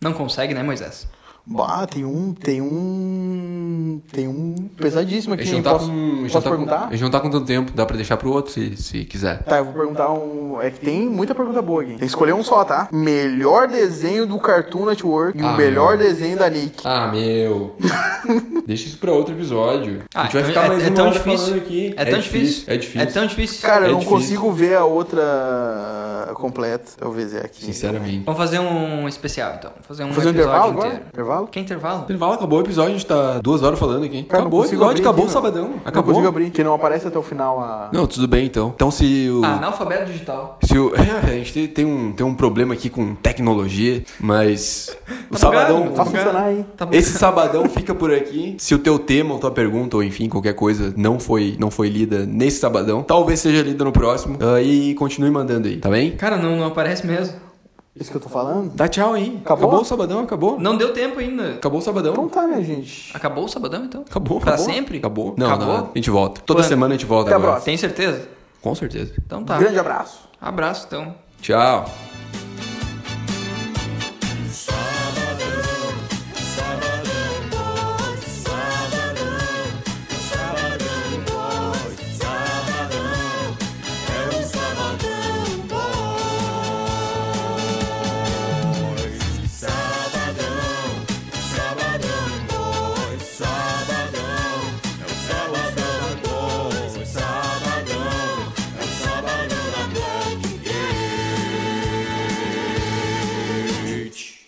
Não consegue, né, Moisés? Bah, tem um, tem um, tem um pesadíssimo A aqui. gente não hein? tá posso com. a gente posso não tá com- perguntar? a gente não tá com tanto tempo, dá pra deixar pro outro se, se quiser. Tá, eu vou perguntar um. É que tem muita pergunta boa aqui. Tem que escolher um só, tá? Melhor desenho do Cartoon Network e Ah, o melhor desenho da Nick. Ah, *laughs* meu. Deixa isso pra outro episódio. Ah, a gente vai então ficar é- mais é uma tão hora difícil. falando aqui. É tão difícil. É difícil. É tão difícil. Cara, eu é não difícil. consigo ver a outra completa. Talvez é aqui. Sinceramente. Vamos fazer um especial, então. Fazer um, Vamos é fazer um episódio intervalo inteiro. agora? Intervalo? Que intervalo? Intervalo, acabou o episódio, a gente tá duas horas falando aqui. Cara, não acabou o consigo episódio, abrir acabou o aqui, meu. sabadão. Não Acabou. consigo abrir, que não aparece até o final a. Não, tudo bem então. Então se o. Ah. Analfabeto digital. Se o... *laughs* É, a gente tem um, tem um problema aqui com tecnologia, mas. O sabadão. Faz funcionar, hein? Tá bom. Esse sabadão fica por aqui. Se o teu tema ou tua pergunta, ou enfim, qualquer coisa, não foi, não foi lida nesse sabadão, talvez seja lida no próximo. Ah, e continue mandando aí, tá bem? Cara, não, não aparece mesmo. Isso que eu tô falando? Dá tchau aí. Acabou? o sabadão, acabou. Não deu tempo ainda. Acabou o sabadão. Então tá, né, Ah, gente? Acabou o sabadão, então? Acabou, Pra acabou. sempre? Acabou. Não, Acabou? não, é. a gente volta. Toda Quando? semana a gente volta Até a agora. próxima. Tem certeza? Com certeza. Então tá. Grande abraço. Abraço, então. Tchau.